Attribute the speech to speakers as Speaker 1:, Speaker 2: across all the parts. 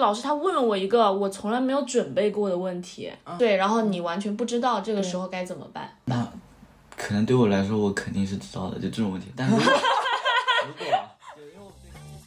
Speaker 1: 老师他问了我一个我从来没有准备过的问题，
Speaker 2: 嗯
Speaker 1: 对，然后你完全不知道这个时候该怎么办。
Speaker 3: 那可能对我来说，我肯定是知道的，就这种问题。但如果如果啊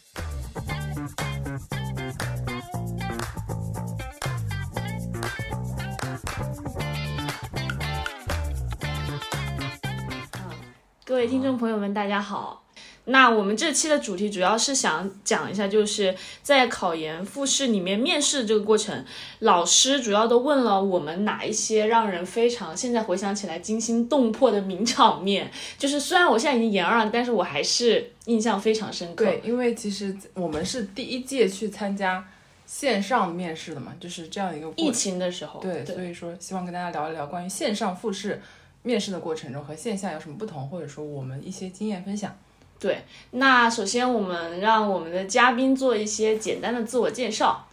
Speaker 1: 各位听众朋友们，大家好。那我们这期的主题主要是想讲一下，就是在考研复试里面面试这个过程，老师主要都问了我们哪一些让人非常现在回想起来惊心动魄的名场面。 就是虽然我现在已经研二了，但是我还是印象非常深刻。
Speaker 2: 对，因为其实我们是第一届去参加线上面试的嘛，就是这样一个
Speaker 1: 疫
Speaker 2: 过程。
Speaker 1: 情的时候，
Speaker 2: 对，所以说希望跟大家聊一聊关于线上复试面试的过程中和线下有什么不同，或者说我们一些经验分享。
Speaker 1: 对，那首先我们让我们的嘉宾做一些简单的自我介绍。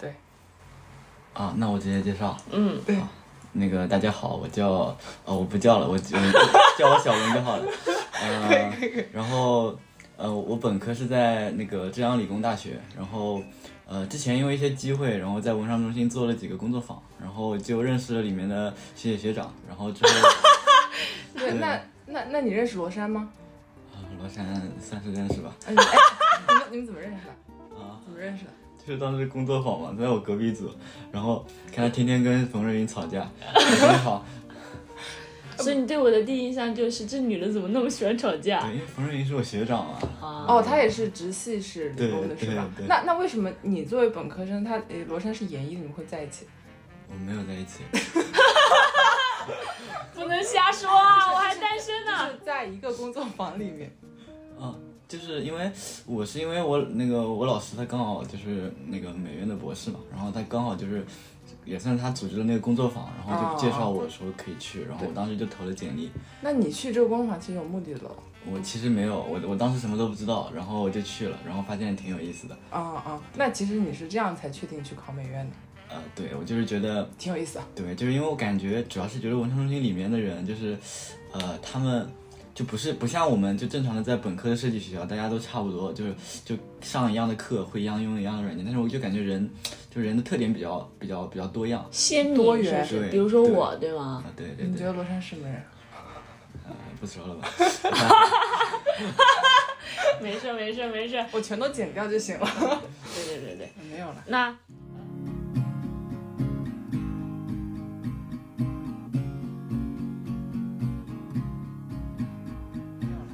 Speaker 3: 啊，那我直接介绍。
Speaker 1: 嗯，
Speaker 2: 对
Speaker 3: 啊那个大家好，我叫哦，我不叫了，我我叫我小文就好了。呃，然后呃，我本科是在那个浙江理工大学，然后呃，之前因为一些机会，然后在文创中心做了几个工作坊，然后就认识了里面的学姐学长，然后之后
Speaker 2: 对，
Speaker 3: 对
Speaker 2: 那那那你认识罗珊 吗？
Speaker 3: 啊罗珊算是认识吧。
Speaker 2: 哎，你哎你们你们怎么认识的？
Speaker 3: 啊，
Speaker 2: 怎么认识的？
Speaker 3: 就是当时工作坊嘛，在我隔壁组，然后看他天天跟冯瑞云吵架， 很好。
Speaker 1: 所以你对我的第一印象就是这女的怎么那么喜欢吵架
Speaker 3: 对，因为冯瑞云是我学长嘛，
Speaker 1: 啊？
Speaker 2: 哦，他也是直系是理工的
Speaker 3: 对
Speaker 2: 是吧
Speaker 3: 对？对
Speaker 2: 那那为什么你作为本科生，他诶罗珊是研一，你们会在一起？
Speaker 3: 我们没有在一起。
Speaker 1: 不能瞎说啊，我还单身呢。
Speaker 2: 就是在一个工作坊里面。
Speaker 3: 啊，就是因为我是因为我那个我老师他刚好就是那个美院的博士嘛，然后他刚好就是也算是他组织的那个工作坊，然后就介绍我说可以去，然后我当时就投了简历。
Speaker 2: 那你去这个工作坊其实有目的的咯。
Speaker 3: 我其实没有，我我当时什么都不知道，然后我就去了，然后发现挺有意思的。
Speaker 2: 啊啊，那其实你是这样才确定去考美院的，
Speaker 3: 呃，对我就是觉得，
Speaker 2: 挺有意思啊。
Speaker 3: 对，就是因为我感觉主要是觉得文创中心里面的人就是，呃，他们。就不是不像我们就正常的在本科的设计学校，大家都差不多，就是就上一样的课，会一样用一样的软件，但是我就感觉人就人的特点比较比较比较多样
Speaker 1: 鲜明
Speaker 2: 多
Speaker 1: 是
Speaker 2: 元
Speaker 1: 不是？
Speaker 3: 对
Speaker 1: 比如说我，对吗？
Speaker 3: 啊，对对
Speaker 1: 嗯
Speaker 2: 你觉
Speaker 3: 对，
Speaker 2: 得罗珊是没人？
Speaker 3: 不 说了吧，
Speaker 1: 没事没事没事，
Speaker 2: 我全都剪掉就行了。
Speaker 1: 对对对对。
Speaker 2: 没有了。
Speaker 1: 那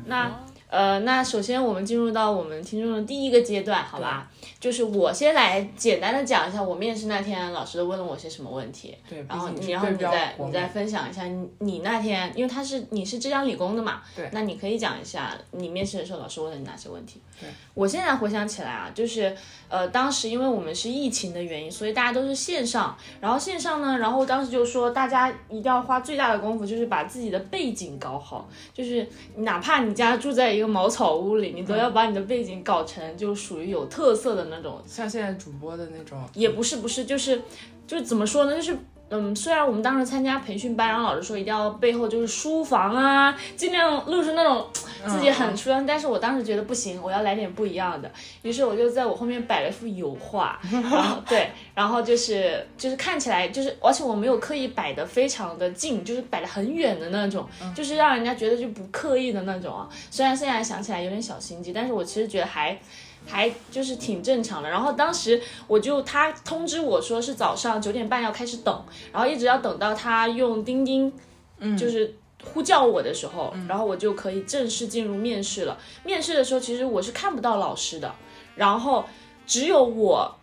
Speaker 1: 那呃，那首先我们进入到我们听众的第一个阶段，好吧？就是我先来简单的讲一下我面试那天老师都问了我些什么问题，
Speaker 2: 对，
Speaker 1: 然后
Speaker 2: 毕竟
Speaker 1: 你
Speaker 2: 是
Speaker 1: 然后
Speaker 2: 对
Speaker 1: 你
Speaker 2: 标
Speaker 1: 再
Speaker 2: 国
Speaker 1: 你
Speaker 2: 美
Speaker 1: 再分享一下你你那天，因为他是你是浙江理工的嘛，
Speaker 2: 对
Speaker 1: 那你可以讲一下你面试的时候老师问了你哪些问题。
Speaker 2: 对，
Speaker 1: 我现在回想起来啊，就是呃当时因为我们是疫情的原因，所以大家都是线上，然后线上呢，然后当时就说大家一定要花最大的功夫，就是把自己的背景搞好，就是哪怕你家住在一个茅草屋里，
Speaker 2: 嗯
Speaker 1: 你都要把你的背景搞成就属于有特色的那种
Speaker 2: 像现在主播的那种，
Speaker 1: 也不是不是，就是就是怎么说呢，就是。嗯，虽然我们当时参加培训班，然后老师说一定要背后就是书房啊，尽量露出那种自己很出但是我当时觉得不行，我要来点不一样的，于是我就在我后面摆了一幅油画，然后对，然后就是就是看起来就是，而且我没有刻意摆的非常的近，就是摆的很远的那种，就是让人家觉得就不刻意的那种啊。虽然现在想起来有点小心机，但是我其实觉得还。还就是挺正常的，然后当时我就他通知我说是早上九点半要开始等，然后一直要等到他用钉钉，嗯，就是呼叫我的时候，然后我就可以正式进入面试了。面试的时候其实我是看不到老师的，然后只有我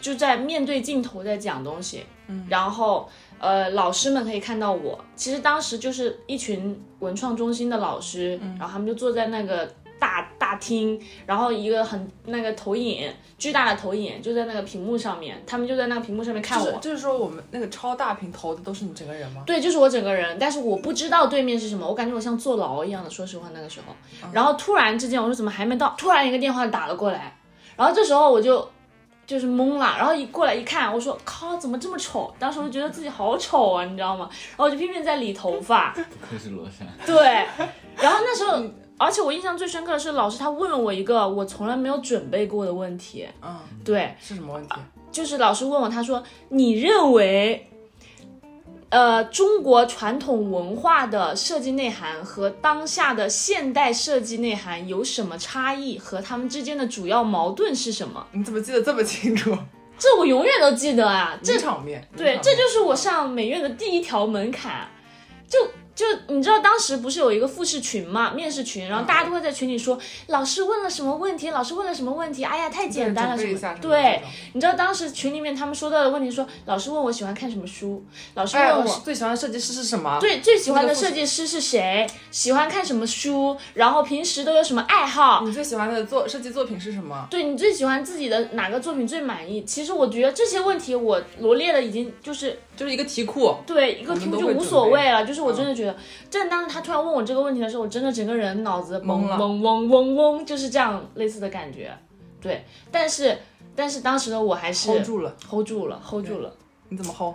Speaker 1: 就在面对镜头在讲东西，嗯，然后呃老师们可以看到我。其实当时就是一群文创中心的老师，然后他们就坐在那个。大大厅，然后一个很那个投影，巨大的投影就在那个屏幕上面，他们就在那个屏幕上面看
Speaker 2: 就
Speaker 1: 我。
Speaker 2: 是就是说我们那个超大屏投的都是你整个人吗？
Speaker 1: 对，就是我整个人，但是我不知道对面是什么，我感觉我像坐牢一样的，说实话那个时候。然后突然之间，我说怎么还没到？突然一个电话打了过来，然后这时候我就就是懵了，然后一过来一看，我说靠，怎么这么丑？当时我就觉得自己好丑啊，你知道吗？然后我就拼命在理头发，
Speaker 3: 不愧是罗珊。
Speaker 1: 对，然后那时候。而且我印象最深刻的是，老师他问了我一个我从来没有准备过的问题，
Speaker 2: 嗯，
Speaker 1: 对，
Speaker 2: 是什么问题？
Speaker 1: 就是老师问我，他说你认为，呃，中国传统文化的设计内涵和当下的现代设计内涵有什么差异，和他们之间的主要矛盾是什么？
Speaker 2: 你怎么记得这么清楚？
Speaker 1: 这我永远都记得啊，这
Speaker 2: 这场面，临
Speaker 1: 对，
Speaker 2: 场
Speaker 1: 这
Speaker 2: 面
Speaker 1: 就是我上美院的第一条门槛，就。就你知道当时不是有一个复试群嘛，面试群，然
Speaker 2: 嗯
Speaker 1: 后大家都会在群里说、老师问了什么问题，老师问了什么问题，哎呀太简单了
Speaker 2: 对准备一
Speaker 1: 什
Speaker 2: 下
Speaker 1: 么
Speaker 2: 什么
Speaker 1: 对
Speaker 2: 这种，
Speaker 1: 你知道当时群里面他们说到的问题说，老师问我喜欢看什么书，老师问
Speaker 2: 哎，
Speaker 1: 我、
Speaker 2: 我最喜欢的设计师是什么？
Speaker 1: 对最喜欢
Speaker 2: 那
Speaker 1: 的
Speaker 2: 个复试
Speaker 1: 设计师是谁，喜欢看什么书，然后平时都有什么爱好，
Speaker 2: 你最喜欢的作设计作品是什么？
Speaker 1: 对你最喜欢自己的哪个作品最满意？其实我觉得这些问题我罗列的已经就是
Speaker 2: 就是一个题库，
Speaker 1: 对，一个
Speaker 2: 我们
Speaker 1: 题目
Speaker 2: 都
Speaker 1: 就
Speaker 2: 会
Speaker 1: 无
Speaker 2: 准
Speaker 1: 所
Speaker 2: 备嗯
Speaker 1: 谓了。就是我真的觉得，正当他突然问我这个问题的时候，我真的整个人脑子
Speaker 2: 懵了
Speaker 1: 嗡嗡嗡嗡，就是这样类似的感觉。对，但是但是当时的我还是
Speaker 2: hold 住了，
Speaker 1: hold 住了，hold 住了。
Speaker 2: 你怎 么 hold？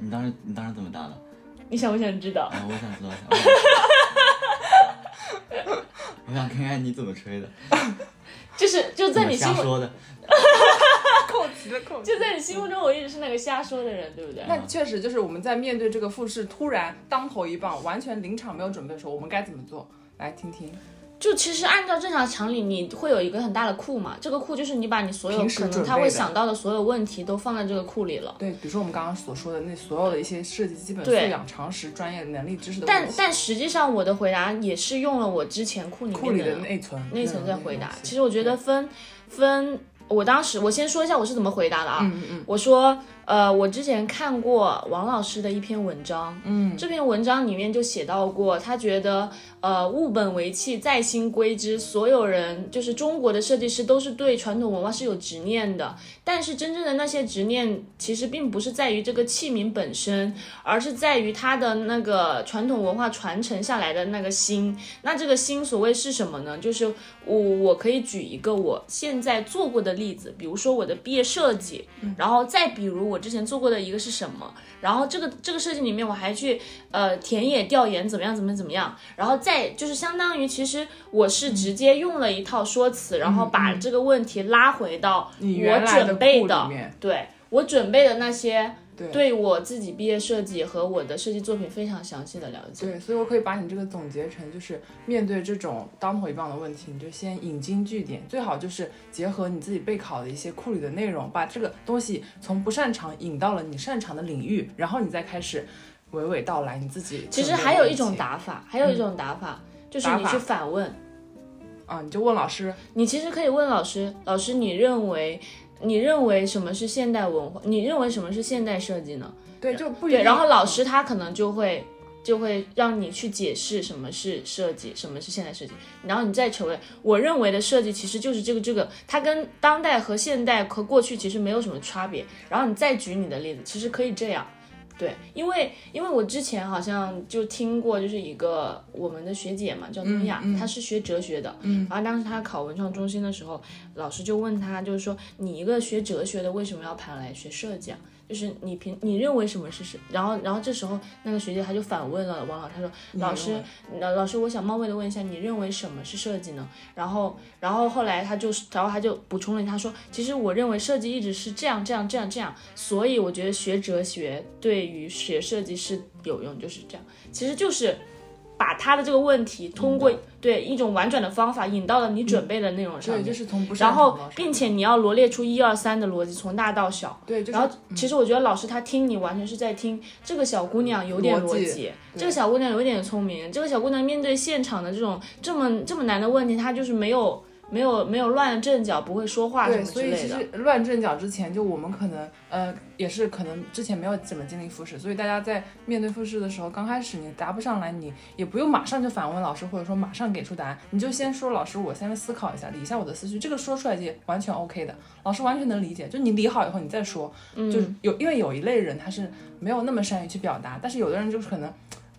Speaker 3: 你当时你当时怎么答的？
Speaker 1: 你想不想知道？
Speaker 3: 啊，我想知道，我想 我想看看你怎么 吹的，
Speaker 1: 就是就
Speaker 3: 怎
Speaker 1: 在
Speaker 3: 么
Speaker 1: 你心
Speaker 3: 瞎
Speaker 1: 目，
Speaker 3: 说的。
Speaker 2: 扣题的扣题。
Speaker 1: 就在你心目中，我一直是那个瞎说的人，对不对？
Speaker 2: 那确实就是我们在面对这个复试突然当头一棒，完全临场没有准备的时候，我们该怎么做？来听听，
Speaker 1: 就其实按照正常常理，你会有一个很大的库嘛，这个库就是你把你所有
Speaker 2: 平时
Speaker 1: 可能
Speaker 2: 准
Speaker 1: 他
Speaker 2: 备
Speaker 1: 会
Speaker 2: 的
Speaker 1: 想到的所有问题都放在这个库里了。
Speaker 2: 对，比如说我们刚刚所说的那所有的一些设计基本素
Speaker 1: 对
Speaker 2: 养、常识、专业能力、知识的
Speaker 1: 但
Speaker 2: 问题
Speaker 1: 但实际上，我的回答也是用了我之前库里面
Speaker 2: 库里的内存，嗯
Speaker 1: 内存在回答。其
Speaker 2: 实
Speaker 1: 实我觉得分分，我当时我先说一下我是怎么回答的啊。
Speaker 2: 嗯嗯
Speaker 1: 我说，呃，我之前看过王老师的一篇文章，嗯，这篇文章里面就写到过，他觉得，呃，物本为器，在心归之，所有人就是中国的设计师都是对传统文化是有执念的，但是真正的那些执念其实并不是在于这个器皿本身，而是在于它的那个传统文化传承下来的那个心。那这个心所谓是什么呢？就是我我可以举一个我现在做过的例子，比如说我的毕业设计，
Speaker 2: 嗯
Speaker 1: 然后再比如我之前做过的一个是什么，然后这个这个设计里面我还去呃田野调研怎么样怎么样怎么样，然后再就是相当于其实我
Speaker 2: 嗯
Speaker 1: 是直接用了一套说辞，然后把这个问题拉回到我
Speaker 2: 原来的
Speaker 1: 准备
Speaker 2: 库里
Speaker 1: 的，
Speaker 2: 面
Speaker 1: 对我准备的那些。
Speaker 2: 对
Speaker 1: 对我自己毕业设计和我的设计作品非常详细的了解。
Speaker 2: 对，所以我可以把你这个总结成，就是面对这种当头一棒的问题，你就先引经据典，最好就是结合你自己备考的一些库里的内容，把这个东西从不擅长引到了你擅长的领域，然后你再开始娓娓道来你自己准备的问题。
Speaker 1: 其实还有一种答法，还有一种答法、就是你
Speaker 2: 嗯打
Speaker 1: 去
Speaker 2: 法
Speaker 1: 反问，
Speaker 2: 啊，你就问老师，
Speaker 1: 你其实可以问老师，老师你认为你认为什么是现代文化？你认为什么是现代设计呢？
Speaker 2: 对，就不一嗯
Speaker 1: 对，
Speaker 2: 定
Speaker 1: 然后老师他可能就会。就会让你去解释什么是设计，什么是现代设计，然后你再求问。我认为的设计其实就是这个这个，它跟当代和现代和过去其实没有什么差别。然后你再举你的例子，其实可以这样，对，因为因为我之前好像就听过，就是一个我们的学姐嘛，叫东
Speaker 2: 嗯
Speaker 1: 亚，她是学哲学的，嗯，然后当时她考文创中心的时候，老师就问她，就是说你一个学哲学的为什么要跑来学设计啊？就是你平你认为什么是设？然后然后这时候那个学姐她就反问了王老师，她说老师老老师，我想冒昧的问一下，你认为什么是设计呢？然后然后后来她就是，然后她就补充了一下她说，其实我认为设计一直是这样这样这样这样，所以我觉得学哲学对于学设计是有用，就是这样，其实就是。把他的这个问题通过对一种婉转的方法引到了你准备的内容上
Speaker 2: 对，
Speaker 1: 面，
Speaker 2: 就是从不擅
Speaker 1: 然
Speaker 2: 长到
Speaker 1: 后
Speaker 2: 擅长，
Speaker 1: 哦并且你要罗列出一二三的逻辑，从大到小。
Speaker 2: 对，嗯就是
Speaker 1: 然后，其实我觉得老师他听你完全是在听这个小姑娘有点
Speaker 2: 逻辑
Speaker 1: 辑，这个小姑娘有点聪明，这个小姑娘面对现场的这种这么这么难的问题，她就是没有没有没有乱了阵脚，不会说话什
Speaker 2: 对，
Speaker 1: 么
Speaker 2: 所
Speaker 1: 之
Speaker 2: 以其
Speaker 1: 类的。
Speaker 2: 实乱阵脚之前，就我们可能呃也是可能之前没有怎么经历复试，所以大家在面对复试的时候，刚开始你答不上来，你也不用马上就反问老师，或者说马上给出答案，你就先说老师，我先思考一下，理一下我的思绪，这个说出来也完全 OK 的，老师完全能理解。就你理好以后，你再说，
Speaker 1: 嗯
Speaker 2: 就是有因为有一类人他是没有那么善于去表达，但是有的人就是可能。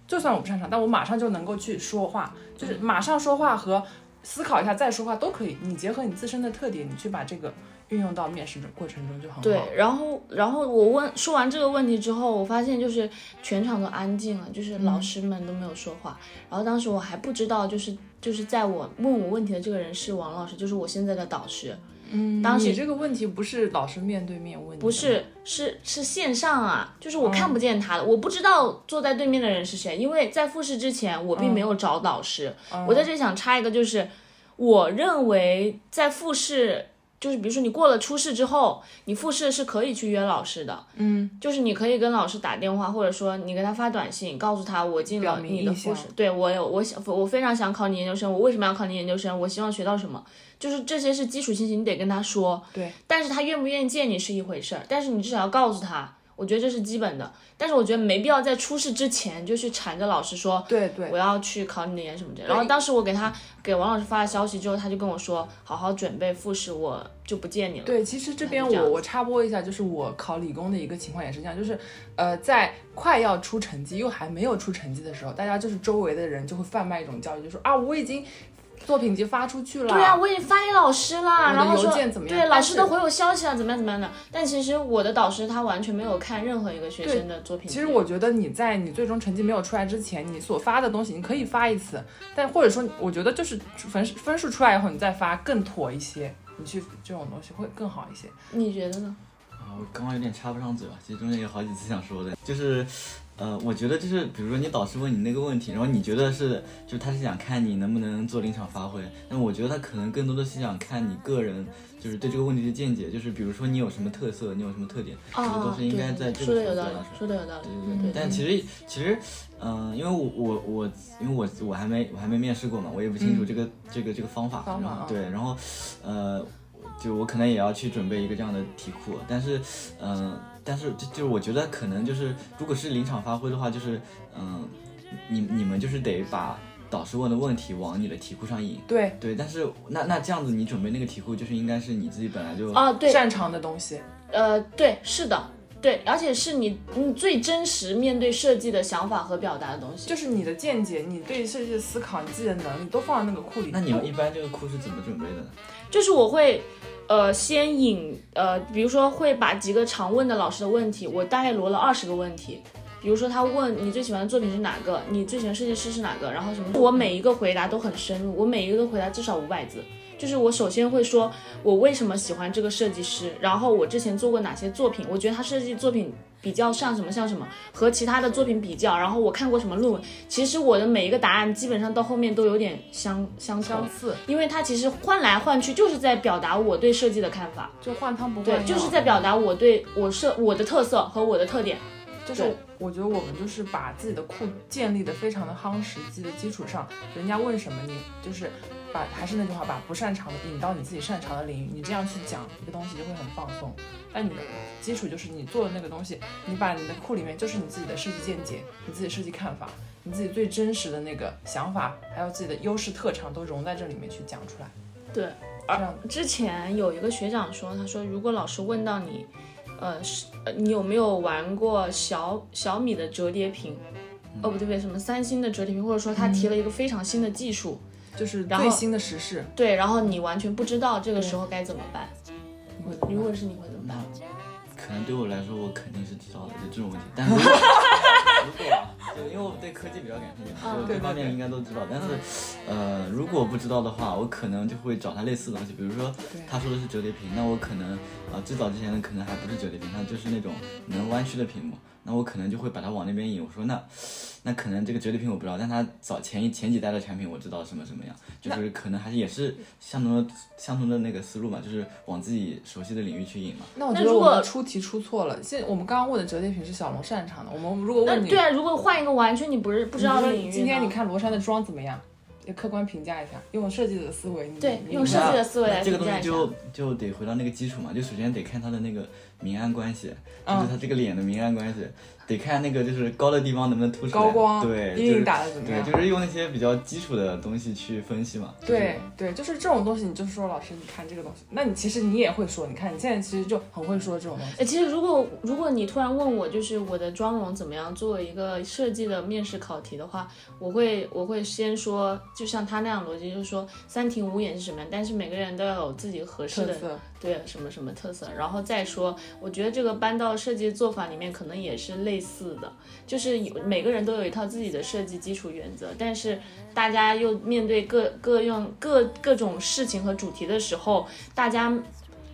Speaker 2: 就算我不擅长，但我马上就能够去说话，
Speaker 1: 嗯
Speaker 2: 就是马上说话和思考一下再说话都可以。你结合你自身的特点，你去把这个运用到面试的过程中就很好。
Speaker 1: 对，然后然后我问说完这个问题之后，我发现就是全场都安静了，就是
Speaker 2: 嗯
Speaker 1: 老师们都没有说话。然后当时我还不知道，就是就是在我问我问题的这个人是王老师，就是我现在的导师。
Speaker 2: 嗯，
Speaker 1: 当时
Speaker 2: 你这个问题不是老师面对面问你，哦
Speaker 1: 不，是，是是线上啊，就是我看不见他的，我不知道坐在对面的人是谁，因为在复试之前我
Speaker 2: 嗯
Speaker 1: 并没有找导师。
Speaker 2: 哦
Speaker 1: 我在这里想插一个，就是我认为在复试，就是比如说你过了初试之后，你复试是可以去约老师的，
Speaker 2: 嗯，
Speaker 1: 就是你可以跟老师打电话，或者说你给他发短信，告诉他我进
Speaker 2: 表
Speaker 1: 了
Speaker 2: 明
Speaker 1: 你的
Speaker 2: 意
Speaker 1: 复
Speaker 2: 向
Speaker 1: 试，对我有我想我非常想考你研究生，我为什么要考你研究生？我希望学到什么？就是这些是基础信息，你得跟他说。
Speaker 2: 对，
Speaker 1: 但是他愿不愿意见你是一回事儿，但是你至少要告诉他，我觉得这是基本的。但是我觉得没必要在出事之前就去缠着老师说，
Speaker 2: 对对
Speaker 1: 我要去考你的研什么之类的。然后当时我给他给王老师发了消息之后，他就跟我说，好好准备复试，我就不见你了。
Speaker 2: 对，其实这边
Speaker 1: 这样
Speaker 2: 我
Speaker 1: 子
Speaker 2: 我插播一下，就是我考理工的一个情况也是这样，就是呃，在快要出成绩又还没有出成绩的时候，大家就是周围的人就会贩卖一种教育，就说啊，我已经作品集发出去了，
Speaker 1: 对啊，我已经发给老师啦，
Speaker 2: 的
Speaker 1: 然后
Speaker 2: 邮
Speaker 1: 说
Speaker 2: 件怎么样
Speaker 1: 对，老
Speaker 2: 但
Speaker 1: 师
Speaker 2: 是
Speaker 1: 都回我消息了，啊怎么样怎么样的。但其实我的导师他完全没有看任何一个学生的作品集。
Speaker 2: 其实我觉得你在你最终成绩没有出来之前，你所发的东西你可以发一次，但或者说我觉得就是分分数出来以后你再发更妥一些，你去这种东西会更好一些。
Speaker 1: 你觉得呢？
Speaker 3: 啊，我刚刚有点插不上嘴吧，其实中间有好几次想说的，就是，呃，我觉得就是，比如说你导师问你那个问题，然后你觉得是，就他是想看你能不能做临场发挥，那我觉得他可能更多的是想看你个人，就是对这个问题的见解，就是比如说你有什么特色，你有什么特点，这个都
Speaker 1: 啊，
Speaker 3: 是
Speaker 1: 对
Speaker 3: 应
Speaker 1: 对
Speaker 3: 该在
Speaker 1: 对，
Speaker 3: 这
Speaker 1: 说
Speaker 3: 个
Speaker 1: 的
Speaker 3: 时
Speaker 1: 有
Speaker 3: 候表
Speaker 1: 道理
Speaker 3: 达出来，。
Speaker 1: 说的有道理。
Speaker 3: 对对对，但其实其实，嗯、因为我我我，因为我我还没我还没面试过嘛，我也不清楚这个、这个这个嗯方法，
Speaker 2: 方
Speaker 3: 嗯
Speaker 2: 法
Speaker 3: 然后
Speaker 2: 啊
Speaker 3: 对，然后，呃，就我可能也要去准备一个这样的题库，但是，嗯、但是就就是我觉得可能就是，如果是临场发挥的话，就是，嗯、你你们就是得把导师问的问题往你的题库上引，
Speaker 2: 对，
Speaker 3: 对，但是那那这样子你准备那个题库就是应该是你自己本来就
Speaker 1: 啊，对，
Speaker 2: 擅长的东西，
Speaker 1: 呃，对，是的，对，而且是你你最真实面对设计的想法和表达的东西。
Speaker 2: 就是你的见解，你对设计的思考，你自己的能力都放在那个库里。
Speaker 3: 那你们一般这个库是怎么准备的呢？
Speaker 1: 就是我会，呃，先引呃，比如说会把几个常问的老师的问题，我大概罗了二十个问题。比如说他问你最喜欢的作品是哪个，你最喜欢设计师是哪个，然后什么，我每一个回答都很深入，我每一个都回答至少五百字。就是我首先会说我为什么喜欢这个设计师，然后我之前做过哪些作品，我觉得他设计作品比较像什么像什么，和其他的作品比较，然后我看过什么论文。其实我的每一个答案基本上到后面都有点相相同
Speaker 2: 相，似，
Speaker 1: 因为它其实换来换去就是在表达我对设计的看法，
Speaker 2: 就换汤不换
Speaker 1: 对，
Speaker 2: 药，
Speaker 1: 就是在表达我对我设我的特色和我的特点。
Speaker 2: 就是
Speaker 1: 对
Speaker 2: 我觉得我们就是把自己的库建立的非常的夯实，基的基础上，人家问什么你就是把还是那句话，把不擅长的引到你自己擅长的领域，你这样去讲一个东西就会很放松。但你的基础就是你做的那个东西，你把你的库里面就是你自己的设计见解、你自己设计看法、你自己最真实的那个想法，还有自己的优势特长都融在这里面去讲出来。
Speaker 1: 对，
Speaker 2: 这样
Speaker 1: 之前有一个学长说，他说如果老师问到你，呃，是呃你有没有玩过小小米的折叠屏？哦，不对不对，什么三星的折叠屏，或者说他提了一个非常新的技术，
Speaker 2: 就是
Speaker 1: 然后
Speaker 2: 最新的时事，
Speaker 1: 对，然后你完全不知道这个时候该怎么办。
Speaker 2: 你会
Speaker 1: 如果是你会怎么办？
Speaker 3: 可能对我来说，我肯定是知道的，就这种问题。但 如果如果啊，就因为我对科技比较感兴趣，所以我
Speaker 2: 啊对对
Speaker 3: 这方面
Speaker 2: 对嗯
Speaker 3: 应该都知道。但是，呃，如果不知道的话，我可能就会找他类似的东西，比如说
Speaker 2: 对
Speaker 3: 他说的是折叠屏，那我可能啊、呃最早之前的可能还不是折叠屏，它就是那种能弯曲的屏幕。那我可能就会把它往那边引，我说那，那可能这个折叠屏我不知道，但它早前一前几代的产品我知道什么什么样，就是可能还是也是相同的相同的那个思路嘛，就是往自己熟悉的领域去引嘛。
Speaker 2: 那我
Speaker 1: 那
Speaker 2: 觉得
Speaker 1: 如
Speaker 2: 我
Speaker 1: 果
Speaker 2: 们出题出错了。现我们刚刚问的折叠屏是小龙擅长的，我们如果
Speaker 1: 那
Speaker 2: 问你，
Speaker 1: 对啊，如果换一个完全你不是不知道的领域，
Speaker 2: 今天你。看罗珊的妆怎么样？也客观评价一下，用设计的思维，你
Speaker 1: 对
Speaker 2: 你
Speaker 1: 用设计的思维来
Speaker 3: 这个
Speaker 1: 评
Speaker 3: 东
Speaker 1: 价
Speaker 3: 西
Speaker 1: 一
Speaker 3: 就就得回到那个基础嘛，就首先得看他的那个明暗关系，
Speaker 2: 嗯
Speaker 3: 就是他这个脸的明暗关系，得看那个就是高的地方能不能突出来
Speaker 2: 高光
Speaker 3: 对，
Speaker 2: 阴
Speaker 3: 就
Speaker 2: 影
Speaker 3: 是
Speaker 2: 打得怎么样
Speaker 3: 对，就是用那些比较基础的东西去分析嘛。就是
Speaker 2: 对对，就是这种东西，你就说老师，你看这个东西，那你其实你也会说，你看你现在其实就很会说这种东西。
Speaker 1: 哎，其实如果如果你突然问我，就是我的妆容怎么样，作为一个设计的面试考题的话，我会我会先说，就像他那样逻辑，就是说三庭五眼是什么样，但是每个人都要有自己合适
Speaker 2: 特
Speaker 1: 的
Speaker 2: 色，
Speaker 1: 对什么什么特色，然后再说，我觉得这个搬到设计做法里面可能也是类似的，就是有每个人都有一套自己的设计基础原则，但是大家又面对各各用各各种事情和主题的时候，大家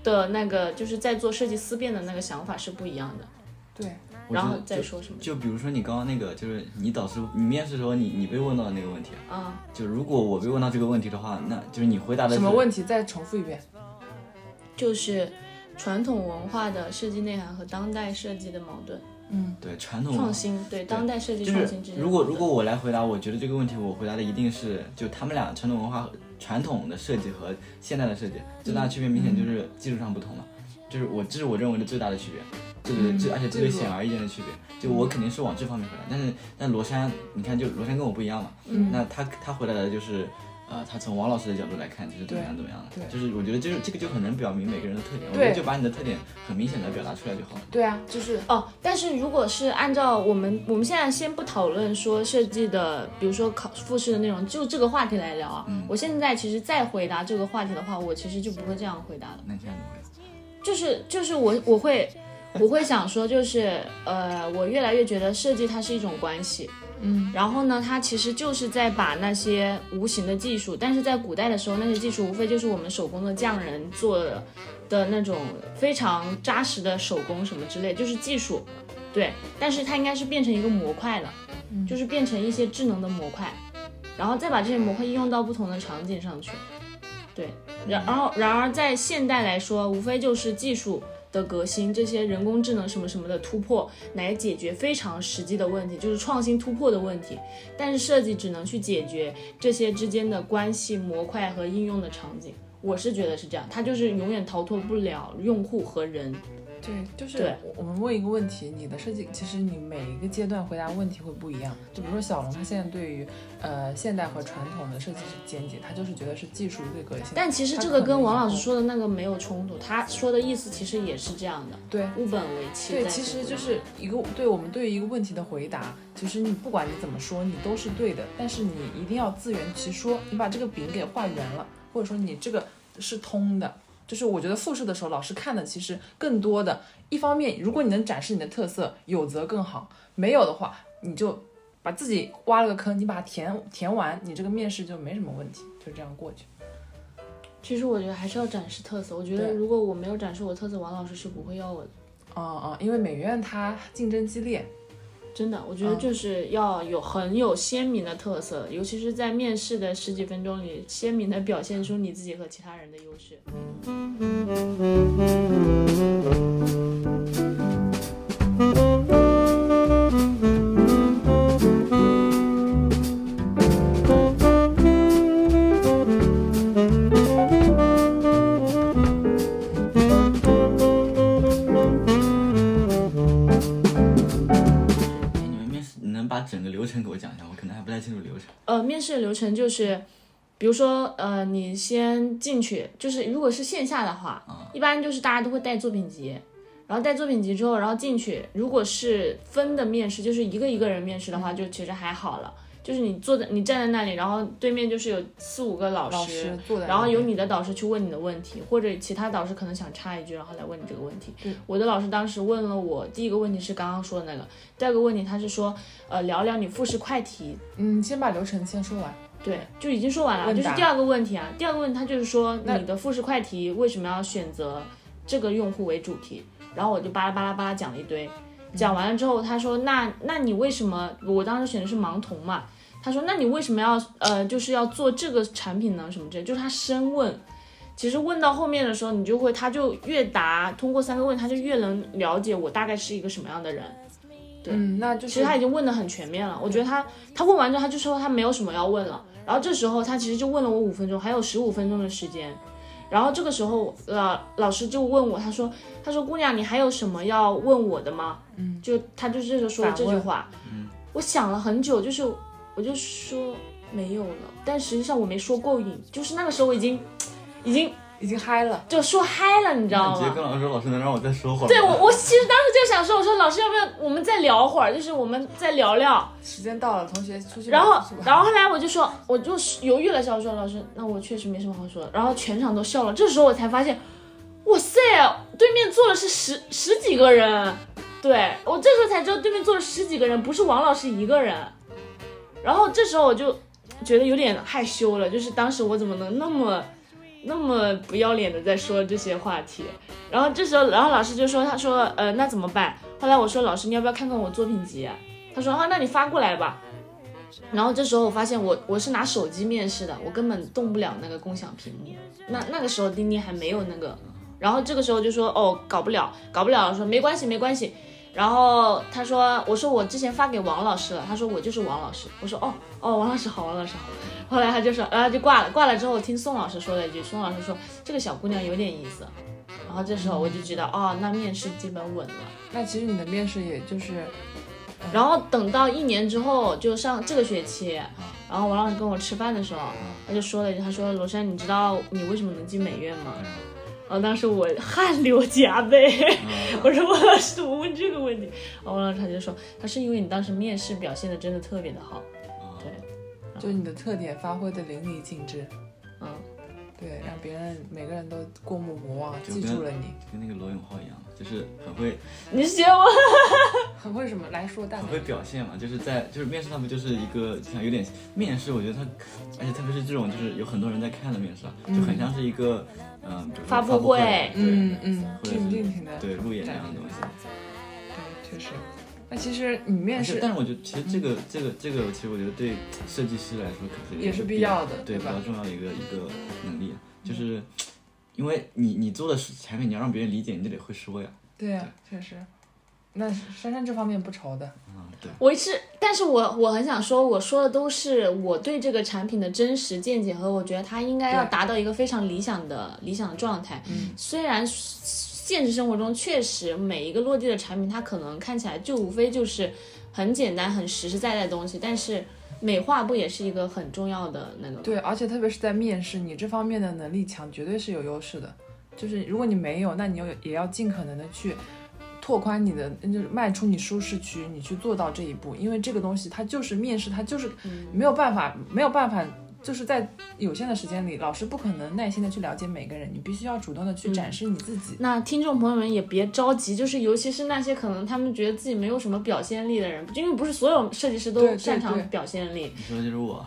Speaker 1: 的那个就是在做设计思辨的那个想法是不一样的。
Speaker 2: 对，
Speaker 3: 我觉
Speaker 1: 然后
Speaker 3: 得
Speaker 1: 再
Speaker 3: 就
Speaker 1: 说什么
Speaker 3: 就比如说你刚刚那个，就是你导师你面试的时候你你被问到的那个问题啊，
Speaker 1: 啊、
Speaker 3: 就如果我被问到这个问题的话，那就是你回答的
Speaker 2: 什么问
Speaker 3: 题？
Speaker 2: 题？再重复一遍。
Speaker 1: 就是传统文化的设计内涵和当代设计的矛盾，
Speaker 2: 嗯，
Speaker 3: 对，传统
Speaker 1: 创新对当代设计
Speaker 3: 就
Speaker 1: 创
Speaker 3: 是
Speaker 1: 新之间的
Speaker 3: 如果
Speaker 1: 矛
Speaker 3: 如
Speaker 1: 盾
Speaker 3: 果我来回答，我觉得这个问题我回答的一定是就他们俩传统文化和传统的设计和现代的设计最大的区别明显就是技术上不同嘛，就是我这是我认为的最大的区别，这个
Speaker 2: 嗯
Speaker 3: 这而且这个
Speaker 2: 这个
Speaker 3: 显而易见的区别，就我肯定是往这方面回答，但是但罗珊你看就罗珊跟我不一样嘛，
Speaker 2: 嗯
Speaker 3: 那他他回答的就是。呃，他从王老师的角度来看，就是怎么样怎么样的，
Speaker 2: 对
Speaker 3: 就是我觉得就是这个就很能表明每个人的特点，我觉
Speaker 2: 对
Speaker 3: 得就把你的特点很明显的表达出来就好了。
Speaker 2: 对啊，就是
Speaker 1: 哦，但是如果是按照我们我们现在先不讨论说设计的，比如说考复试的内容，就这个话题来聊啊。我现在其实再回答这个话题的话，我其实就不会这样回答了，
Speaker 3: 那你现在怎么回答？
Speaker 1: 就是就是我我会我会想说，就是呃，我越来越觉得设计它是一种关系，
Speaker 2: 嗯，
Speaker 1: 然后呢，它其实就是在把那些无形的技术，但是在古代的时候，那些技术无非就是我们手工的匠人做的的那种非常扎实的手工什么之类，就是技术，对。但是它应该是变成一个模块的，就是变成一些智能的模块，然后再把这些模块应用到不同的场景上去，对。然然后然而在现代来说，无非就是技术。的革新，这些人工智能什么什么的突破，来解决非常实际的问题，就是创新突破的问题。但是设计只能去解决这些之间的关系模块和应用的场景。我是觉得是这样，它就是永远逃脱不了用户和人。
Speaker 2: 对，就是
Speaker 1: 对
Speaker 2: 我我们问一个问题，你的设计其实你每一个阶段回答问题会不一样。就比如说小龙，他现在对于呃现代和传统的设计是见解，他就是觉得是技术最革新。
Speaker 1: 但其实
Speaker 2: 它
Speaker 1: 这
Speaker 2: 可
Speaker 1: 个
Speaker 2: 能
Speaker 1: 跟
Speaker 2: 以
Speaker 1: 王老师
Speaker 2: 后，
Speaker 1: 说的那个没有冲突，他说的意思其实也是这样的，
Speaker 2: 对
Speaker 1: 物本为器在这
Speaker 2: 对，
Speaker 1: 个。
Speaker 2: 其实就是一个对我们对于一个问题的回答，其实你不管你怎么说，你都是对的，但是你一定要自圆其说，你把这个饼给画圆了，或者说你这个是通的。就是我觉得复试的时候，老师看的其实更多的，一方面，如果你能展示你的特色，有则更好；没有的话，你就把自己挖了个坑，你把它填填完，你这个面试就没什么问题，就这样过去。
Speaker 1: 其实我觉得还是要展示特色。我觉得
Speaker 2: 对
Speaker 1: 如果我没有展示我的特色，王老师是不会要我的。
Speaker 2: 哦哦，因为美院它竞争激烈，
Speaker 1: 真的，我觉得就是要有很有鲜明的特色，尤其是在面试的十几分钟里，鲜明的表现出你自己和其他人的优势。
Speaker 3: 哎你们面试你能把整个流程给我讲一下？我可能还不太清楚流程。
Speaker 1: 呃，面试的流程就是，比如说，呃，你先进去，就是如果是线下的话，
Speaker 2: 嗯
Speaker 1: 一般就是大家都会带作品集，然后带作品集之后，然后进去。如果是分的面试，就是一个一个人面试的话，就其实还好了。就是你坐在你站在那里，然后对面就是有四五个老师，
Speaker 2: 老师坐在
Speaker 1: 然后
Speaker 2: 那
Speaker 1: 由
Speaker 2: 边嗯
Speaker 1: 你的导师去问你的问题，或者其他导师可能想插一句，然后来问你这个问题。我的老师当时问了我第一个问题是刚刚说的那个，第二个问题他是说，呃，聊聊你复试快题
Speaker 2: 嗯，先把流程先说完。
Speaker 1: 对，就已经说完了，
Speaker 2: 问
Speaker 1: 就
Speaker 2: 答
Speaker 1: 是第二个问题啊。第二个问题，他就是说你的复试快题为什么要选择这个用户为主题？然后我就巴拉巴拉巴拉讲了一堆，
Speaker 2: 嗯
Speaker 1: 讲完了之后，他说那那你为什么？我当时选的是盲童嘛，他说那你为什么要呃就是要做这个产品呢？什么之类，就是他深问。其实问到后面的时候，你就会，他就越答，通过三个问，他就越能了解我大概是一个什么样的人。
Speaker 2: 嗯，那就是
Speaker 1: 其实他已经问的很全面了，我觉得他他问完之后，他就说他没有什么要问了。然后这时候他其实就问了我五分钟，还有十五分钟的时间。然后这个时候，呃，老师就问我，他说，他说姑娘，你还有什么要问我的吗？嗯，就他就这时候说了这句话。嗯，我想了很久，就是我就说没有了，但实际上我没说够瘾，就是那个时候我已经已经
Speaker 2: 已经嗨了。
Speaker 1: 就说嗨了，你知道吗？
Speaker 3: 那你直接跟老师说，老师能让我再说会儿吗？
Speaker 1: 对我，我其实当时就想说，我说老师，要不要我们再聊会儿？就是我们再聊聊。
Speaker 2: 时间到了，同学出去吧。
Speaker 1: 然后
Speaker 2: 出去，吧
Speaker 1: 然后后来我就说，我就是犹豫了一下，我说老师，那我确实没什么好说的。然后全场都笑了。这时候我才发现，哇塞，对面坐的是十十几个人。对我这时候才知道对面坐了十几个人，不是王老师一个人。然后这时候我就觉得有点害羞了，就是当时我怎么能那么那么不要脸的在说这些话题。然后这时候，然后老师就说，他说，呃，那怎么办？后来我说，老师，你要不要看看我作品集、啊？他说，啊，那你发过来吧。然后这时候我发现我我是拿手机面试的，我根本动不了那个共享屏幕。那那个时候钉钉还没有那个，然后这个时候就说哦搞不了，搞不了，说没关系没关系。然后他说我说我之前发给王老师了，他说我就是王老师。我说哦哦王老师好王老师好。后来他就说然呃后就挂了，挂了之后我听宋老师说了一句，宋老师说这个小姑娘有点意思。然后这时候我就知道哦那面试基本稳了。
Speaker 2: 那其实你的面试也就是
Speaker 1: 然后等到一年之后，就上这个学期，然后王老师跟我吃饭的时候，他就说了一句，他说：“罗珊，你知道你为什么能进美院吗？”然后当时我汗流浃背， 我说王老师怎么问这个问题？然后王老师他就说，他是因为你当时面试表现的真的特别的好，对，
Speaker 2: 就是你的特点发挥的淋漓尽致，
Speaker 1: 嗯，
Speaker 2: 对，让别人每个人都过目不忘，
Speaker 3: 就
Speaker 2: 记
Speaker 3: 跟
Speaker 2: 住了你，
Speaker 3: 就跟那个罗永浩一样，就是很会
Speaker 1: 你学我，
Speaker 2: 很会什么来说大
Speaker 3: 很
Speaker 2: 胆
Speaker 3: 会表现嘛，就是在就是面试，他们就是一个像有点面试，我觉得他，而且特别是这种就是有很多人在看的面试，啊，就很像是一个嗯、比如说
Speaker 1: 发布
Speaker 3: 布
Speaker 1: 会
Speaker 3: 对，
Speaker 2: 嗯嗯，
Speaker 3: 或者是
Speaker 2: 静静挺的，
Speaker 3: 对路演这样的东西。
Speaker 2: 对，确实。那其实你面
Speaker 3: 但是
Speaker 2: 试
Speaker 3: 但是我觉得其实这个、这个这个，其实我觉得对设计师来说可
Speaker 2: 嗯
Speaker 3: 是
Speaker 2: 也是必
Speaker 3: 必
Speaker 2: 要的
Speaker 3: 对
Speaker 2: 对吧嗯
Speaker 3: 比较重要的一个一个能力，就是因为你你做的产品，你要让别人理解，你就得会说呀。
Speaker 2: 对呀、确实。那珊珊这方面不愁的，
Speaker 3: 啊，对，
Speaker 1: 我是，但是我我很想说，我说的都是我对这个产品的真实见解和我觉得它应该要
Speaker 2: 对
Speaker 1: 达到一个非常理想的理想的状态。
Speaker 2: 嗯
Speaker 1: 虽然现实生活中确实每一个落地的产品，它可能看起来就无非就是很简单、很实实在在的东西，但是美化不也是一个很重要的那个吗？
Speaker 2: 对，而且特别是在面试，你这方面的能力强，绝对是有优势的。就是如果你没有，那你又也要尽可能的去拓宽你的，就是迈出你舒适区，你去做到这一步，因为这个东西它就是面试，它就是没有办法，没有办法。就是在有限的时间里，老师不可能耐心的去了解每个人，你必须要主动的去展示你自己。
Speaker 1: 那听众朋友们也别着急，就是尤其是那些可能他们觉得自己没有什么表现力的人，因为不是所有设计师
Speaker 2: 对
Speaker 1: 都
Speaker 2: 对
Speaker 1: 擅
Speaker 2: 对
Speaker 1: 长表现力。
Speaker 3: 你说的就是我，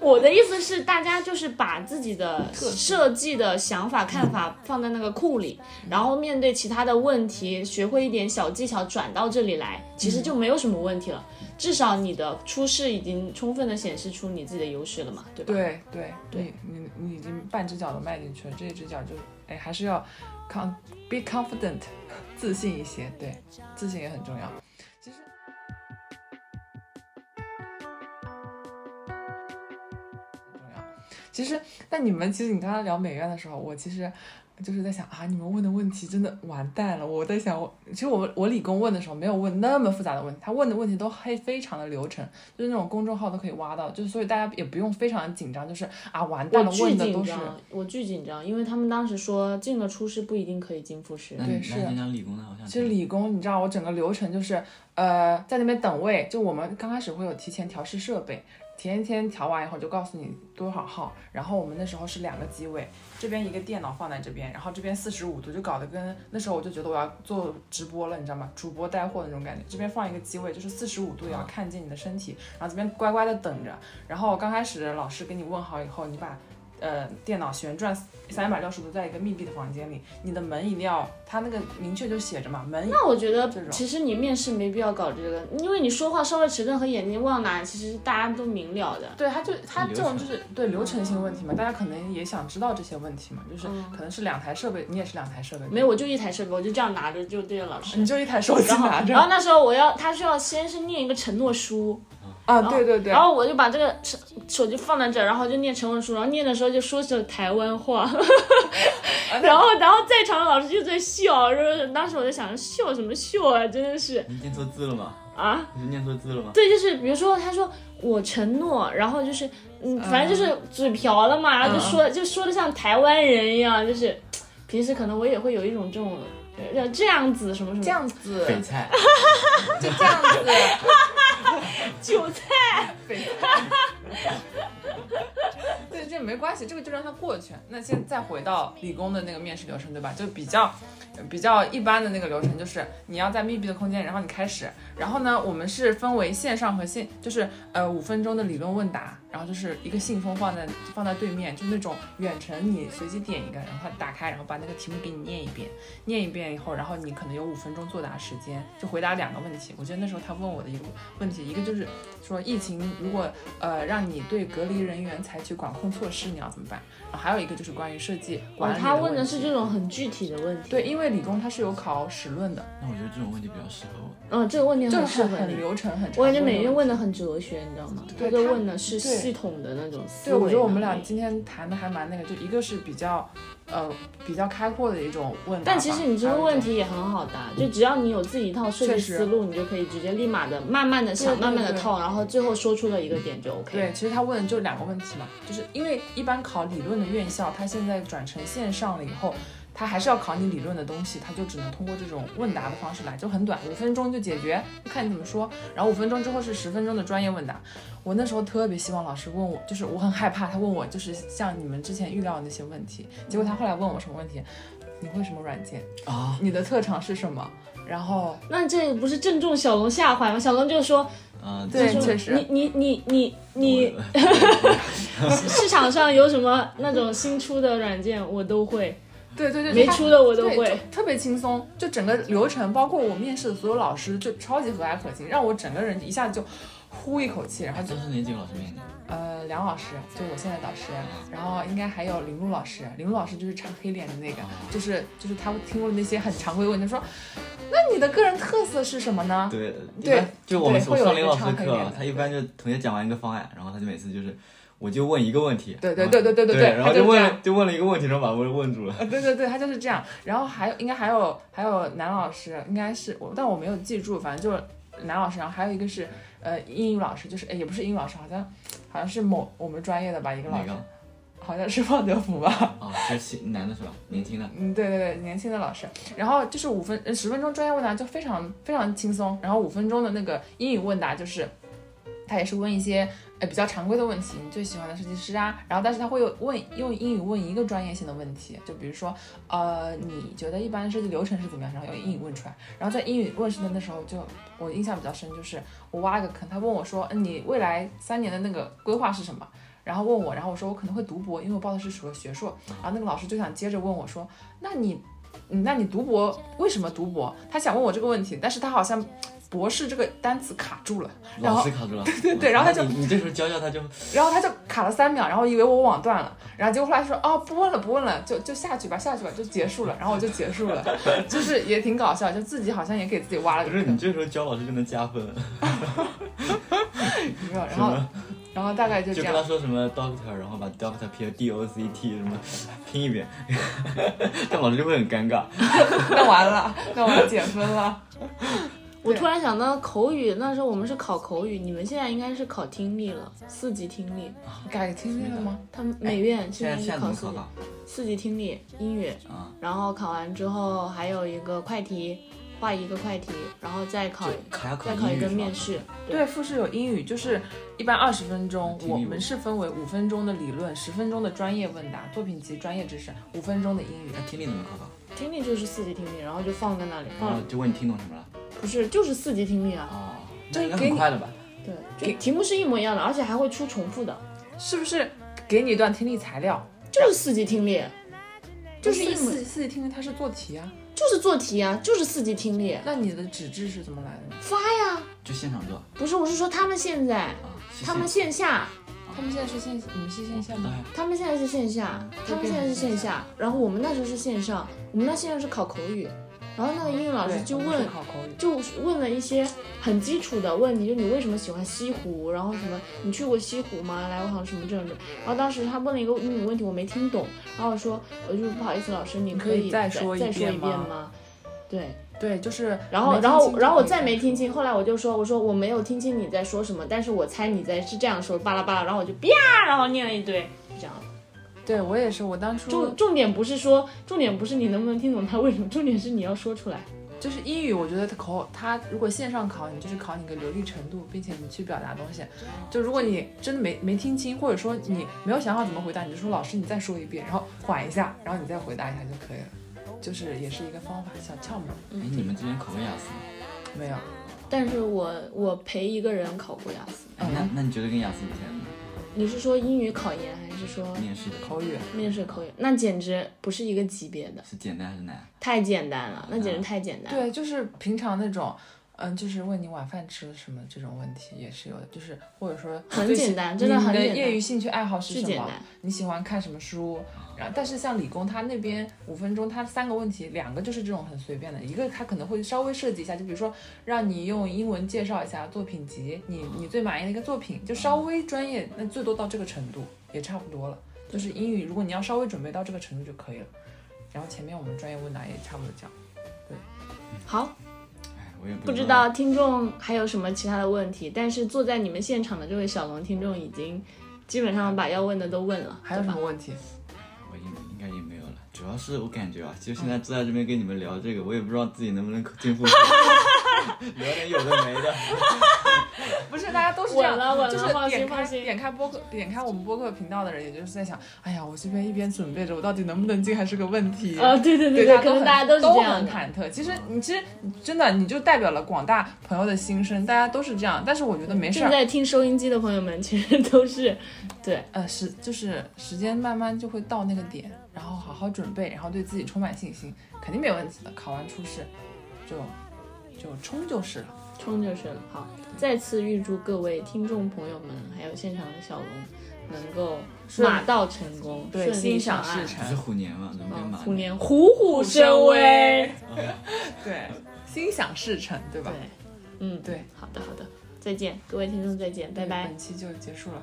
Speaker 1: 我的意思是，大家就是把自己的设计的想法、看法放在那个库里，
Speaker 2: 嗯
Speaker 1: 然后面对其他的问题，学会一点小技巧转到这里来，其实就没有什么问题了。至少你的初试已经充分的显示出你自己的优势了嘛，对吧？
Speaker 2: 对对对，你你你已经半只脚都迈进去了，这一只脚就哎还是要 con be confident，自 信一些，对，自信也很重要。其实很重要。其实，那你们其实你刚刚聊美院的时候，我其实就是在想啊，你们问的问题真的完蛋了。我在想，我其实我我理工问的时候没有问那么复杂的问题，他问的问题都非非常的流程，就是那种公众号都可以挖到，就是所以大家也不用非常紧张，就是啊完
Speaker 1: 我
Speaker 2: 蛋了
Speaker 1: 巨
Speaker 2: 问的
Speaker 1: 紧
Speaker 2: 都是
Speaker 1: 张，我巨紧张，因为他们当时说进了初试不一定可以进复试
Speaker 3: 那。
Speaker 2: 对
Speaker 3: 你
Speaker 2: 是
Speaker 3: 那你讲理工的，我想
Speaker 2: 其实
Speaker 3: 听
Speaker 2: 理工，你知道我整个流程就是，呃，在那边等位，就我们刚开始会有提前调试设备，前一天调完以后就告诉你多少号，然后我们那时候是两个机位，这边一个电脑放在这边，然后这边四十五度，就搞得跟那时候我就觉得我要做直播了，你知道吗？主播带货那种感觉，这边放一个机位，就是四十五度也要看见你的身体，然后这边乖乖的等着，然后刚开始老师给你问好以后，你把。呃，电脑旋转三百六十度，在一个密闭的房间里，你的门一定要，它那个明确就写着嘛，门
Speaker 1: 那我觉得
Speaker 2: 这种，
Speaker 1: 其实你面试没必要搞这个，因为你说话稍微迟钝和眼睛往哪，其实大家都明了的。
Speaker 2: 对，他就他
Speaker 3: 流
Speaker 2: 这种
Speaker 3: 程
Speaker 2: 就是对流程性问题嘛，大家可能也想知道这些问题嘛，就是可能是两台设备，你也是两台设备，
Speaker 1: 没有，我就一台设备，我就这样拿着就对着老师。
Speaker 2: 你就一台手机
Speaker 1: 然后
Speaker 2: 拿
Speaker 1: 然后
Speaker 2: 着
Speaker 1: 那时候我要，他需要先是念一个承诺书，
Speaker 2: 啊，
Speaker 1: 然后
Speaker 2: 对对对
Speaker 1: 然，后我就把这个手手机放在这儿，然后就念承诺书，然后念的时候就说起了台湾 话，然后然后在场的老师就在笑，就是当时我就想笑什么笑啊，真的是
Speaker 3: 你念错字了吗？
Speaker 1: 啊，
Speaker 3: 你是念错字了吗？
Speaker 1: 对，就是比如说他说我承诺，然后就是嗯，反正就是嘴瓢了嘛，然
Speaker 2: 嗯
Speaker 1: 后就说就说的像台湾人一样，就是平时可能我也会有一种这种呃这样子什么什么
Speaker 2: 这样子
Speaker 3: 北菜，
Speaker 2: 就这样 子，
Speaker 1: 韭菜。
Speaker 2: 对，这没关系，这个就让它过去。那现在再回到理工的那个面试流程，对吧？就比较比较一般的那个流程，就是你要在密闭的空间，然后你开始，然后呢，我们是分为线上和线，就是呃五分钟的理论问答，然后就是一个信封放在放在对面，就那种远程你随机点一个，然后它打开，然后把那个题目给你念一遍，念一遍以后，然后你可能有五分钟作答时间，就回答两个问题。我觉得那时候他问我的一个问题，一个就是说疫情如果呃让你对隔离人员采取管控措施，你要怎么办？然后还有一个就是关于设计管理、
Speaker 1: 哦，他问的是这。种很具体的问题。
Speaker 2: 对，，因为理工它是有考史论的，
Speaker 3: 那我觉得这种问题比较适合我。
Speaker 1: 嗯，这个问题
Speaker 2: 就是
Speaker 1: 很适
Speaker 2: 很
Speaker 1: 合
Speaker 2: 很
Speaker 1: 你。
Speaker 2: 流程很长。
Speaker 1: 我感觉每月问的很哲学，你知道吗？
Speaker 2: 对
Speaker 1: 这个
Speaker 2: 他
Speaker 1: 问的是
Speaker 2: 对
Speaker 1: 系统的那种思
Speaker 2: 对，
Speaker 1: 维
Speaker 2: 我觉得我们
Speaker 1: 能
Speaker 2: 俩
Speaker 1: 力
Speaker 2: 今天谈的还蛮那个，就一个是比较，呃，比较开阔的一种问答吧。
Speaker 1: 但其实你这
Speaker 2: 还
Speaker 1: 个
Speaker 2: 有一
Speaker 1: 问
Speaker 2: 种，
Speaker 1: 题也很好答，就只要你有自己一套设计
Speaker 2: 确实
Speaker 1: 思路，你就可以直接立马的、慢慢的
Speaker 2: 对
Speaker 1: 想、
Speaker 2: 对
Speaker 1: 慢慢的
Speaker 2: 对
Speaker 1: 套，然后最后说出了一个点就 OK 了。
Speaker 2: 对，其实他问的就两个问题嘛，就是因为一般考理论的院校，他现在转成线上了以后。他还是要考你理论的东西，他就只能通过这种问答的方式来，就很短，五分钟就解决，就看你怎么说。然后五分钟之后是十分钟的专业问答。我那时候特别希望老师问我，就是我很害怕他问我，就是像你们之前预料的那些问题。结果他后来问我什么问题？你会什么软件？
Speaker 3: 啊，
Speaker 2: 你的特长是什么？然后
Speaker 1: 那这不是正中小龙下怀吗？小龙就说
Speaker 3: 啊，
Speaker 2: 对
Speaker 3: 这 种
Speaker 2: 确实
Speaker 1: 你你你你你
Speaker 3: 我哎
Speaker 1: 市场上有什么那种新出的软件我都会，
Speaker 2: 对对对，
Speaker 1: 没
Speaker 2: 他
Speaker 1: 出的我都
Speaker 2: 对，就
Speaker 1: 会。
Speaker 2: 特别轻松，就整个流程，包括我面试的所有老师，就超级和蔼可亲，让我整个人一下就呼一口气，然后就
Speaker 3: 都是哪几个老师面的？
Speaker 2: 呃梁老师，就我现在导师，然后应该还有林璐老师，林璐老师就是唱黑脸的那个，
Speaker 1: 哦
Speaker 2: 就是就是他听过那些很常规的问题，他说那你的个人特色是什么呢？
Speaker 3: 对
Speaker 2: 对
Speaker 3: 一般就我们
Speaker 2: 对
Speaker 3: 我
Speaker 2: 会有
Speaker 3: 上林
Speaker 2: 人
Speaker 3: 老师
Speaker 2: 唱黑脸
Speaker 3: 课
Speaker 2: 的，
Speaker 3: 他一般就同学讲完一个方案，然后他就每次就是，我就问一个问题，
Speaker 2: 对对
Speaker 3: 然后
Speaker 2: 对对对对
Speaker 3: 对
Speaker 2: 对
Speaker 3: 然
Speaker 2: 他
Speaker 3: 后
Speaker 2: 就
Speaker 3: 就
Speaker 2: 这
Speaker 3: 问
Speaker 2: 样
Speaker 3: 了就问了一个问题，然后把我问住了。
Speaker 2: 呃，对对对，他就是这样。然后还有，应该还有还有男老师，应该是我，但我没有记住，反正就是男老师。然后还有一个是呃英语老师，就是哎也不是英语老师，好像好像是某我们专业的吧，一个老
Speaker 3: 哪
Speaker 2: 师
Speaker 3: 个，
Speaker 2: 好像是范德福吧。
Speaker 3: 啊？这是男的是吧？年轻的。
Speaker 2: 嗯，对对对，年轻的老师。然后就是五分呃十分钟专业问答就非常非常轻松，然后五分钟的那个英语问答就是，他也是问一些呃比较常规的问题，你最喜欢的设计师啊，然后但是他会有问用英语问一个专业性的问题，就比如说呃你觉得一般设计流程是怎么样，然后用英语问出来，然后在英语问出来的时候就我印象比较深，就是我挖了个坑，他问我说、嗯你未来三年的那个规划是什么？然后问我，然后我说我可能会读博，因为我报的是学学硕。然后那个老师就想接着问我说，那你，嗯那你读博为什么读博？他想问我这个问题，但是他好像博士这个单词卡住了，然
Speaker 3: 老
Speaker 2: 后
Speaker 3: 师卡住了，对
Speaker 2: 对对然后他就
Speaker 3: 你你这时候教教他就
Speaker 2: 然后他就卡了三秒，然后以为我网断了，然后结果后来说哦不问了不问了，就就下去吧下去吧就结束了，然后我就结束了，就是也挺搞笑，就自己好像也给自己挖了
Speaker 3: 不
Speaker 2: 个
Speaker 3: 是
Speaker 2: 坑
Speaker 3: 你，这时候教老师就能加分，
Speaker 2: 没有，然后然后大哦概就这
Speaker 3: 就跟
Speaker 2: 样
Speaker 3: 他，说什么 doctor，然后把 doctor 拼 d o c t 什么拼一遍， 但老师就会很尴尬。
Speaker 2: 那完了，那我要减分了。
Speaker 1: 我突然想到口语，那时候我们是考口语，你们现在应该是考听力了，四级听力。
Speaker 2: 改听力了吗？
Speaker 1: 他们美院
Speaker 3: 哎现在
Speaker 1: 是
Speaker 3: 现在怎
Speaker 1: 考
Speaker 3: 么
Speaker 1: 四
Speaker 3: 考
Speaker 1: 级
Speaker 3: 法？
Speaker 1: 四级听力、英语，
Speaker 3: 啊
Speaker 1: 然后考完之后还有一个快题，画一个快题，然后再考
Speaker 3: 就还要考
Speaker 1: 再考一
Speaker 3: 英语
Speaker 1: 个
Speaker 3: 是吧
Speaker 1: 面试。
Speaker 2: 对，复试有英语，就是一般二十分钟，
Speaker 3: 听力
Speaker 2: 我
Speaker 3: 文
Speaker 2: 们是分为五分钟的理论，十分钟的专业问答、作品集、专业知识，五分钟的英语。
Speaker 3: 那听力怎么考法？
Speaker 1: 听力就是四级听力，然后就放在那里，
Speaker 3: 然
Speaker 2: 嗯
Speaker 1: 放
Speaker 3: 后就问你听懂什么了？
Speaker 1: 不是就是四级听力啊。
Speaker 3: 哦，
Speaker 2: 就
Speaker 3: 那应该
Speaker 2: 给
Speaker 3: 很
Speaker 2: 你
Speaker 3: 快了吧？
Speaker 1: 对，就题目是一模一样的，而且还会出重复的，
Speaker 2: 是不是给你一段听力材料？
Speaker 1: 就是四级听力，就是一模
Speaker 2: 四四级听力，它是做题啊。
Speaker 1: 就是做题啊，就是四级听力
Speaker 2: 那你的纸质是怎么来的呢？
Speaker 1: 发呀。
Speaker 3: 就现场做啊
Speaker 1: 不是，我是说他们现在，。
Speaker 3: 谢谢
Speaker 1: 哦他们线下，
Speaker 2: 他们现在是线，你们是线下吗？
Speaker 3: 哎
Speaker 1: 他们现在是线下，他们现在是线下，然后我们那时候是线上，我们那线上是考口语，然后那个英语老师
Speaker 2: 对
Speaker 1: 就
Speaker 2: 我们是
Speaker 1: 问。
Speaker 2: 考口语。
Speaker 1: 就问了一些很基础的问题，就你为什么喜欢西湖，然后什么你去过西湖吗？来过杭州什么这种的。然后当时他问了一个英语问题，我没听懂，然后我说我就不好意思，老师，你
Speaker 2: 可以
Speaker 1: 以
Speaker 2: 再
Speaker 1: 再
Speaker 2: 说一
Speaker 1: 再说
Speaker 2: 遍
Speaker 1: 一遍
Speaker 2: 吗
Speaker 1: 吗？对，
Speaker 2: 对，就是
Speaker 1: 然
Speaker 2: 没
Speaker 1: 后，
Speaker 2: 听
Speaker 1: 然后，
Speaker 2: 清
Speaker 1: 然后我
Speaker 2: 楚
Speaker 1: 再没听清，后来我就说，我说我没有听清你在说什么，但是我猜你在是这样说，巴拉巴拉，然后我就啪，然后念了一堆，就这样。呃
Speaker 2: 对我也是，我当初
Speaker 1: 重重点不是说，重点不是你能不能听懂他为什么，重点是你要说出来。
Speaker 2: 就是英语，我觉得它口它如果线上考你，就是考你个流利程度，并且你去表达东西。就如果你真的没没听清，或者说你没有想好怎么回答，你就说老师你再说一遍，然后缓一下，然后你再回答一下就可以了。就是也是一个方法小窍门。
Speaker 3: 哎，你们之前考过雅思吗？
Speaker 2: 没有，
Speaker 1: 但是我我陪一个人考过雅思，
Speaker 3: 哎，那那你觉得跟雅思比起来呢？
Speaker 1: 你是说英语考研还是说
Speaker 3: 面试的
Speaker 2: 口语
Speaker 1: 面试嗯口语？那简直不是一个级别的，
Speaker 3: 是简单还是难？
Speaker 1: 太简单了，那简直太简单了。
Speaker 2: 对，就是平常那种。嗯，就是问你晚饭吃什么这种问题也是有的，就是或者说
Speaker 1: 很
Speaker 2: 最喜
Speaker 1: 简单真的
Speaker 2: 你
Speaker 1: 很
Speaker 2: 你的
Speaker 1: 简单
Speaker 2: 业余兴趣爱好是
Speaker 1: 是
Speaker 2: 什
Speaker 1: 简
Speaker 2: 么
Speaker 1: 单？
Speaker 2: 你喜欢看什么书？然后，但是像理工他那边五分钟，他三个问题，两个就是这种很随便的，一个他可能会稍微设计一下，就比如说让你用英文介绍一下作品集，你你最满意的一个作品，就稍微专业，那最多到这个程度也差不多了。就是英语，如果你要稍微准备到这个程度就可以了。然后前面我们专业问答也差不多讲。
Speaker 1: 好，
Speaker 3: 哎，我也
Speaker 1: 不
Speaker 2: 嗯
Speaker 1: 知道
Speaker 3: 道
Speaker 1: 听众还有什么其他的问题，但是坐在你们现场的这位小龙听众已经基本上把要问的都问了，
Speaker 2: 还有
Speaker 1: 对
Speaker 2: 什
Speaker 1: 吧
Speaker 2: 么问题？
Speaker 3: 我应应该也没有了，主要是我感觉啊，就现
Speaker 1: 嗯
Speaker 3: 在坐在这边跟你们聊这个，我也不知道自己能不能 进步，聊点有的没的。
Speaker 2: 不是，大家都是这样，
Speaker 1: 稳了稳了
Speaker 2: 就是
Speaker 1: 放心
Speaker 2: 点开
Speaker 1: 放心
Speaker 2: 点开播客，点开我们播客频道的人，也就是在想，哎呀，我这边一边准备着，我到底能不能进还是个问题。
Speaker 1: 啊，对对
Speaker 2: 对
Speaker 1: 对，可
Speaker 2: 都
Speaker 1: 能
Speaker 2: 很
Speaker 1: 大家都是
Speaker 2: 都
Speaker 1: 这样
Speaker 2: 很
Speaker 1: 的。
Speaker 2: 忐忑。其实你其实真的你就代表了广大朋友的心声，大家都是这样。但是我觉得没事
Speaker 1: 正
Speaker 2: 儿，
Speaker 1: 在听收音机的朋友们，其实都是
Speaker 2: 呃，时就是时间慢慢就会到那个点，然后好好准备，然后对自己充满信心，肯定没问题的。考完出试，就就冲就是了。
Speaker 1: 冲就是了。好，再次预祝各位听众朋友们，还有现场的小龙，能够
Speaker 2: 顺
Speaker 1: 马到成功，
Speaker 2: 对，
Speaker 1: 顺利
Speaker 2: 心
Speaker 1: 上
Speaker 2: 想事
Speaker 1: 岸，嗯
Speaker 3: 不是
Speaker 2: 成。
Speaker 3: 虎年嘛，怎么变马？
Speaker 1: 哦虎年虎虎生威。
Speaker 2: 对，心想事成，对吧
Speaker 1: 对？，嗯，
Speaker 2: 对，
Speaker 1: 好的好的，再见，各位听众再见，拜拜。
Speaker 2: 本期就结束了。